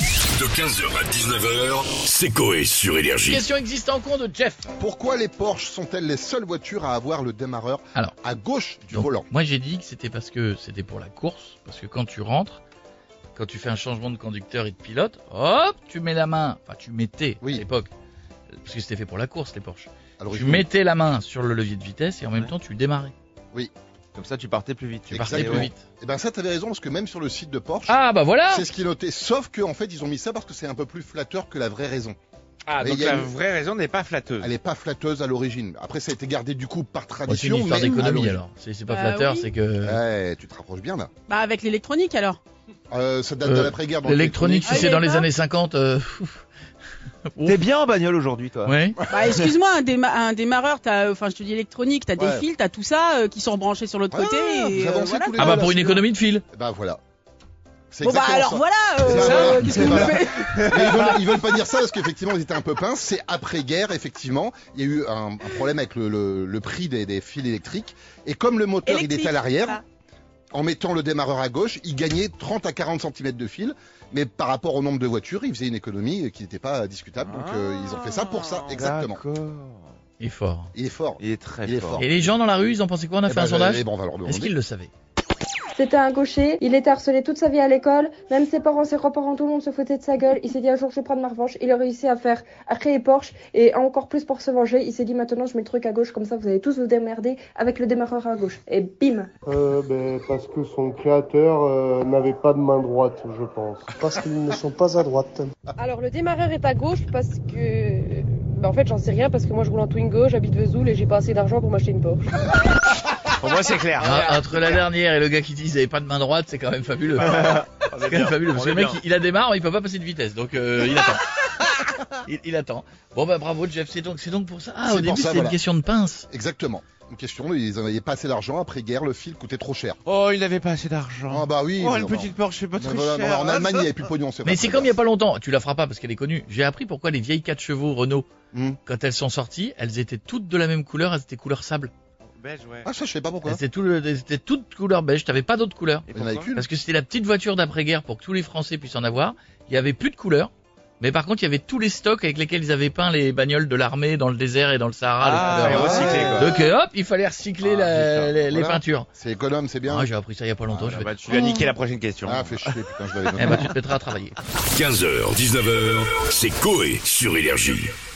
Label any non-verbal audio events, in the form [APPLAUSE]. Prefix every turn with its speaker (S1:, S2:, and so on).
S1: De 15h à 19h, c'est Coé sur Énergie.
S2: Question existe en con de Jeff.
S3: Pourquoi les Porsche sont-elles les seules voitures à avoir le démarreur
S2: Alors.
S3: à gauche du
S2: Donc,
S3: volant
S2: Moi j'ai dit que c'était parce que c'était pour la course, parce que quand tu rentres, quand tu fais un changement de conducteur et de pilote, hop, tu mets la main, enfin tu mettais
S3: Oui.
S2: à l'époque, parce que c'était fait pour la course les Porsche.
S3: Alors,
S2: tu mettais la main sur le levier de vitesse et en même
S4: Ouais.
S2: temps tu démarrais,
S4: Comme ça, tu partais plus vite.
S2: tu partais
S3: Exactement.
S2: plus vite.
S3: Et ben ça, t'avais raison, parce que même sur le site de Porsche,
S2: Ah bah voilà
S3: c'est ce qui notait. Sauf que en fait, ils ont mis ça parce que c'est un peu plus flatteur que la vraie raison.
S4: Ah,
S3: Mais
S4: donc
S3: il y a
S4: la
S3: une-
S4: vraie raison n'est pas flatteuse.
S3: Elle est pas flatteuse à l'origine. Après, ça a été gardé du coup par
S2: Bon, C'est
S3: tradition. Ah
S2: une histoire
S3: mais à
S2: d'économie
S3: l'origine.
S2: alors, Euh. c'est c'est pas
S5: Bah
S2: flatteur,
S5: oui.
S2: c'est que...
S3: Ouais, tu te rapproches bien là.
S5: Bah avec l'électronique alors.
S3: Euh, ça date de
S2: Euh,
S3: l'après-guerre. donc
S2: L'électronique, si
S5: Ah,
S2: c'est
S5: il
S2: dans
S5: est
S2: les
S5: pas
S2: années 50, euh, ouf.
S4: T'es bien en bagnole aujourd'hui,
S3: Ah,
S4: toi.
S2: ouais. Ah,
S5: Bah excuse-moi, un, déma- un démarreur, t'as, euh, enfin je te dis électronique, t'as
S3: Ouais.
S5: des fils, t'as tout ça euh, qui sont branchés sur l'autre
S3: Ouais,
S5: côté.
S3: vous
S5: et, euh,
S3: avancez
S5: voilà.
S3: tous les
S2: Ah
S3: deux,
S2: bah
S3: là,
S2: pour une
S3: c'est
S2: économie de fil
S3: bien. Bah voilà. C'est
S5: Bon bah
S3: exactement
S5: alors
S3: ça.
S5: voilà. euh,
S3: C'est ça,
S5: euh,
S3: voilà.
S5: qu'est-ce
S3: C'est
S5: que vous
S3: voilà.
S5: faites
S3: Mais ils, veulent, ils veulent pas dire ça parce qu'effectivement ils étaient un peu pinces. C'est après-guerre, effectivement. Il y a eu un, un problème avec le, le- le prix des, des fils électriques. Et comme le moteur il
S5: Électrique,
S3: est à l'arrière,
S5: ça.
S3: en mettant le démarreur à gauche, il gagnait 30 à 40 cm de fil. Mais par rapport au nombre de voitures, il faisait une économie qui n'était pas
S4: Ah,
S3: discutable. Donc euh, ils ont fait ça pour
S2: Ah,
S3: ça, exactement.
S4: D'accord.
S2: Et fort.
S3: Il est fort.
S4: Il est très
S3: Il est
S4: fort.
S3: fort.
S2: Et les gens dans la rue, ils en pensaient quoi On a
S3: Eh
S2: fait
S3: ben,
S2: un sondage
S3: eh ben, on va leur demander.
S2: Est-ce qu'ils le savaient
S6: C'était un gaucher, il était harcelé toute sa vie à l'école, même ses parents, ses grands-parents, tout le monde se foutait de sa gueule. Il s'est dit un jour je prends de ma revanche, il a réussi à faire, à créer Porsche et encore plus pour se venger. Il s'est dit maintenant je mets le truc à gauche, comme ça vous allez tous vous démerder avec le démarreur à gauche. Et bim
S7: Euh, ben, parce que son créateur euh, n'avait pas de main droite, je pense. Parce qu'ils ne sont pas à droite.
S8: Alors le démarreur est à gauche parce que... Bah, en fait j'en sais rien parce que moi je roule en Twingo, j'habite Vesoul et j'ai pas assez d'argent pour m'acheter une Porsche.
S4: Pour moi, c'est clair. [LAUGHS]
S2: Ah, entre la dernière et le gars qui dit qu'ils avaient pas de main droite, c'est quand même fabuleux.
S3: Ah,
S2: c'est quand même fabuleux parce que le mec il, il a des marres, mais il peut pas passer de vitesse donc euh, il
S3: [LAUGHS]
S2: attend. il, il attend. Bon bah bravo Jeff, c'est donc c'est donc pour ça. Ah,
S3: C'est
S2: au début
S3: pour ça,
S2: c'était
S3: voilà.
S2: une question de pince.
S3: Exactement. Une question, ils n'avaient pas assez d'argent. Après-guerre, le fil coûtait trop cher.
S4: Oh, il n'avait pas assez
S3: Ah
S4: d'argent.
S3: bah oui.
S4: oh,
S3: mais
S4: une
S3: non,
S4: petite Porsche, c'est pas
S3: non,
S4: très
S3: voilà, non,
S4: cher.
S3: en Allemagne, il n'y avait plus de pognon. c'est
S2: Ah, Mais
S3: vrai.
S2: c'est comme il y a pas longtemps, tu la feras pas parce qu'elle est connue. J'ai appris pourquoi les vieilles 4 chevaux Renault
S3: Hmm.
S2: quand elles sont sorties, elles étaient toutes de la même couleur, elles étaient couleur sable.
S4: Belge, ouais.
S3: Ah ça, je sais pas pourquoi.
S2: Elles étaient, tout le- elles étaient toutes couleur beige, t'avais pas d'autres couleurs.
S4: Et
S3: Il y en avait
S4: pourquoi
S3: qu'une.
S2: Parce que c'était la petite voiture d'après-guerre pour que tous les Français puissent en avoir. Il y avait plus de couleurs. Mais par contre, il y avait tous les stocks avec lesquels ils avaient peint les bagnoles de l'armée dans le désert et dans le Sahara.
S4: Ah,
S2: les
S4: et
S2: couleurs.
S4: recyclé, quoi.
S2: Donc euh, hop, il fallait recycler
S4: Ah,
S2: la- les,
S4: putain,
S2: les
S3: voilà.
S2: peintures.
S3: C'est économe, c'est bien.
S2: Ah, j'ai appris ça il y a pas longtemps. je
S4: Ah,
S2: vais-
S4: bah, tu lui as niqué la prochaine question.
S3: Ah, fait
S2: [LAUGHS]
S3: chier, putain, je l'avais
S2: Eh
S3: noté.
S2: ben, tu te mettras à travailler.
S1: 15h, 19h, c'est Coé sur Énergie.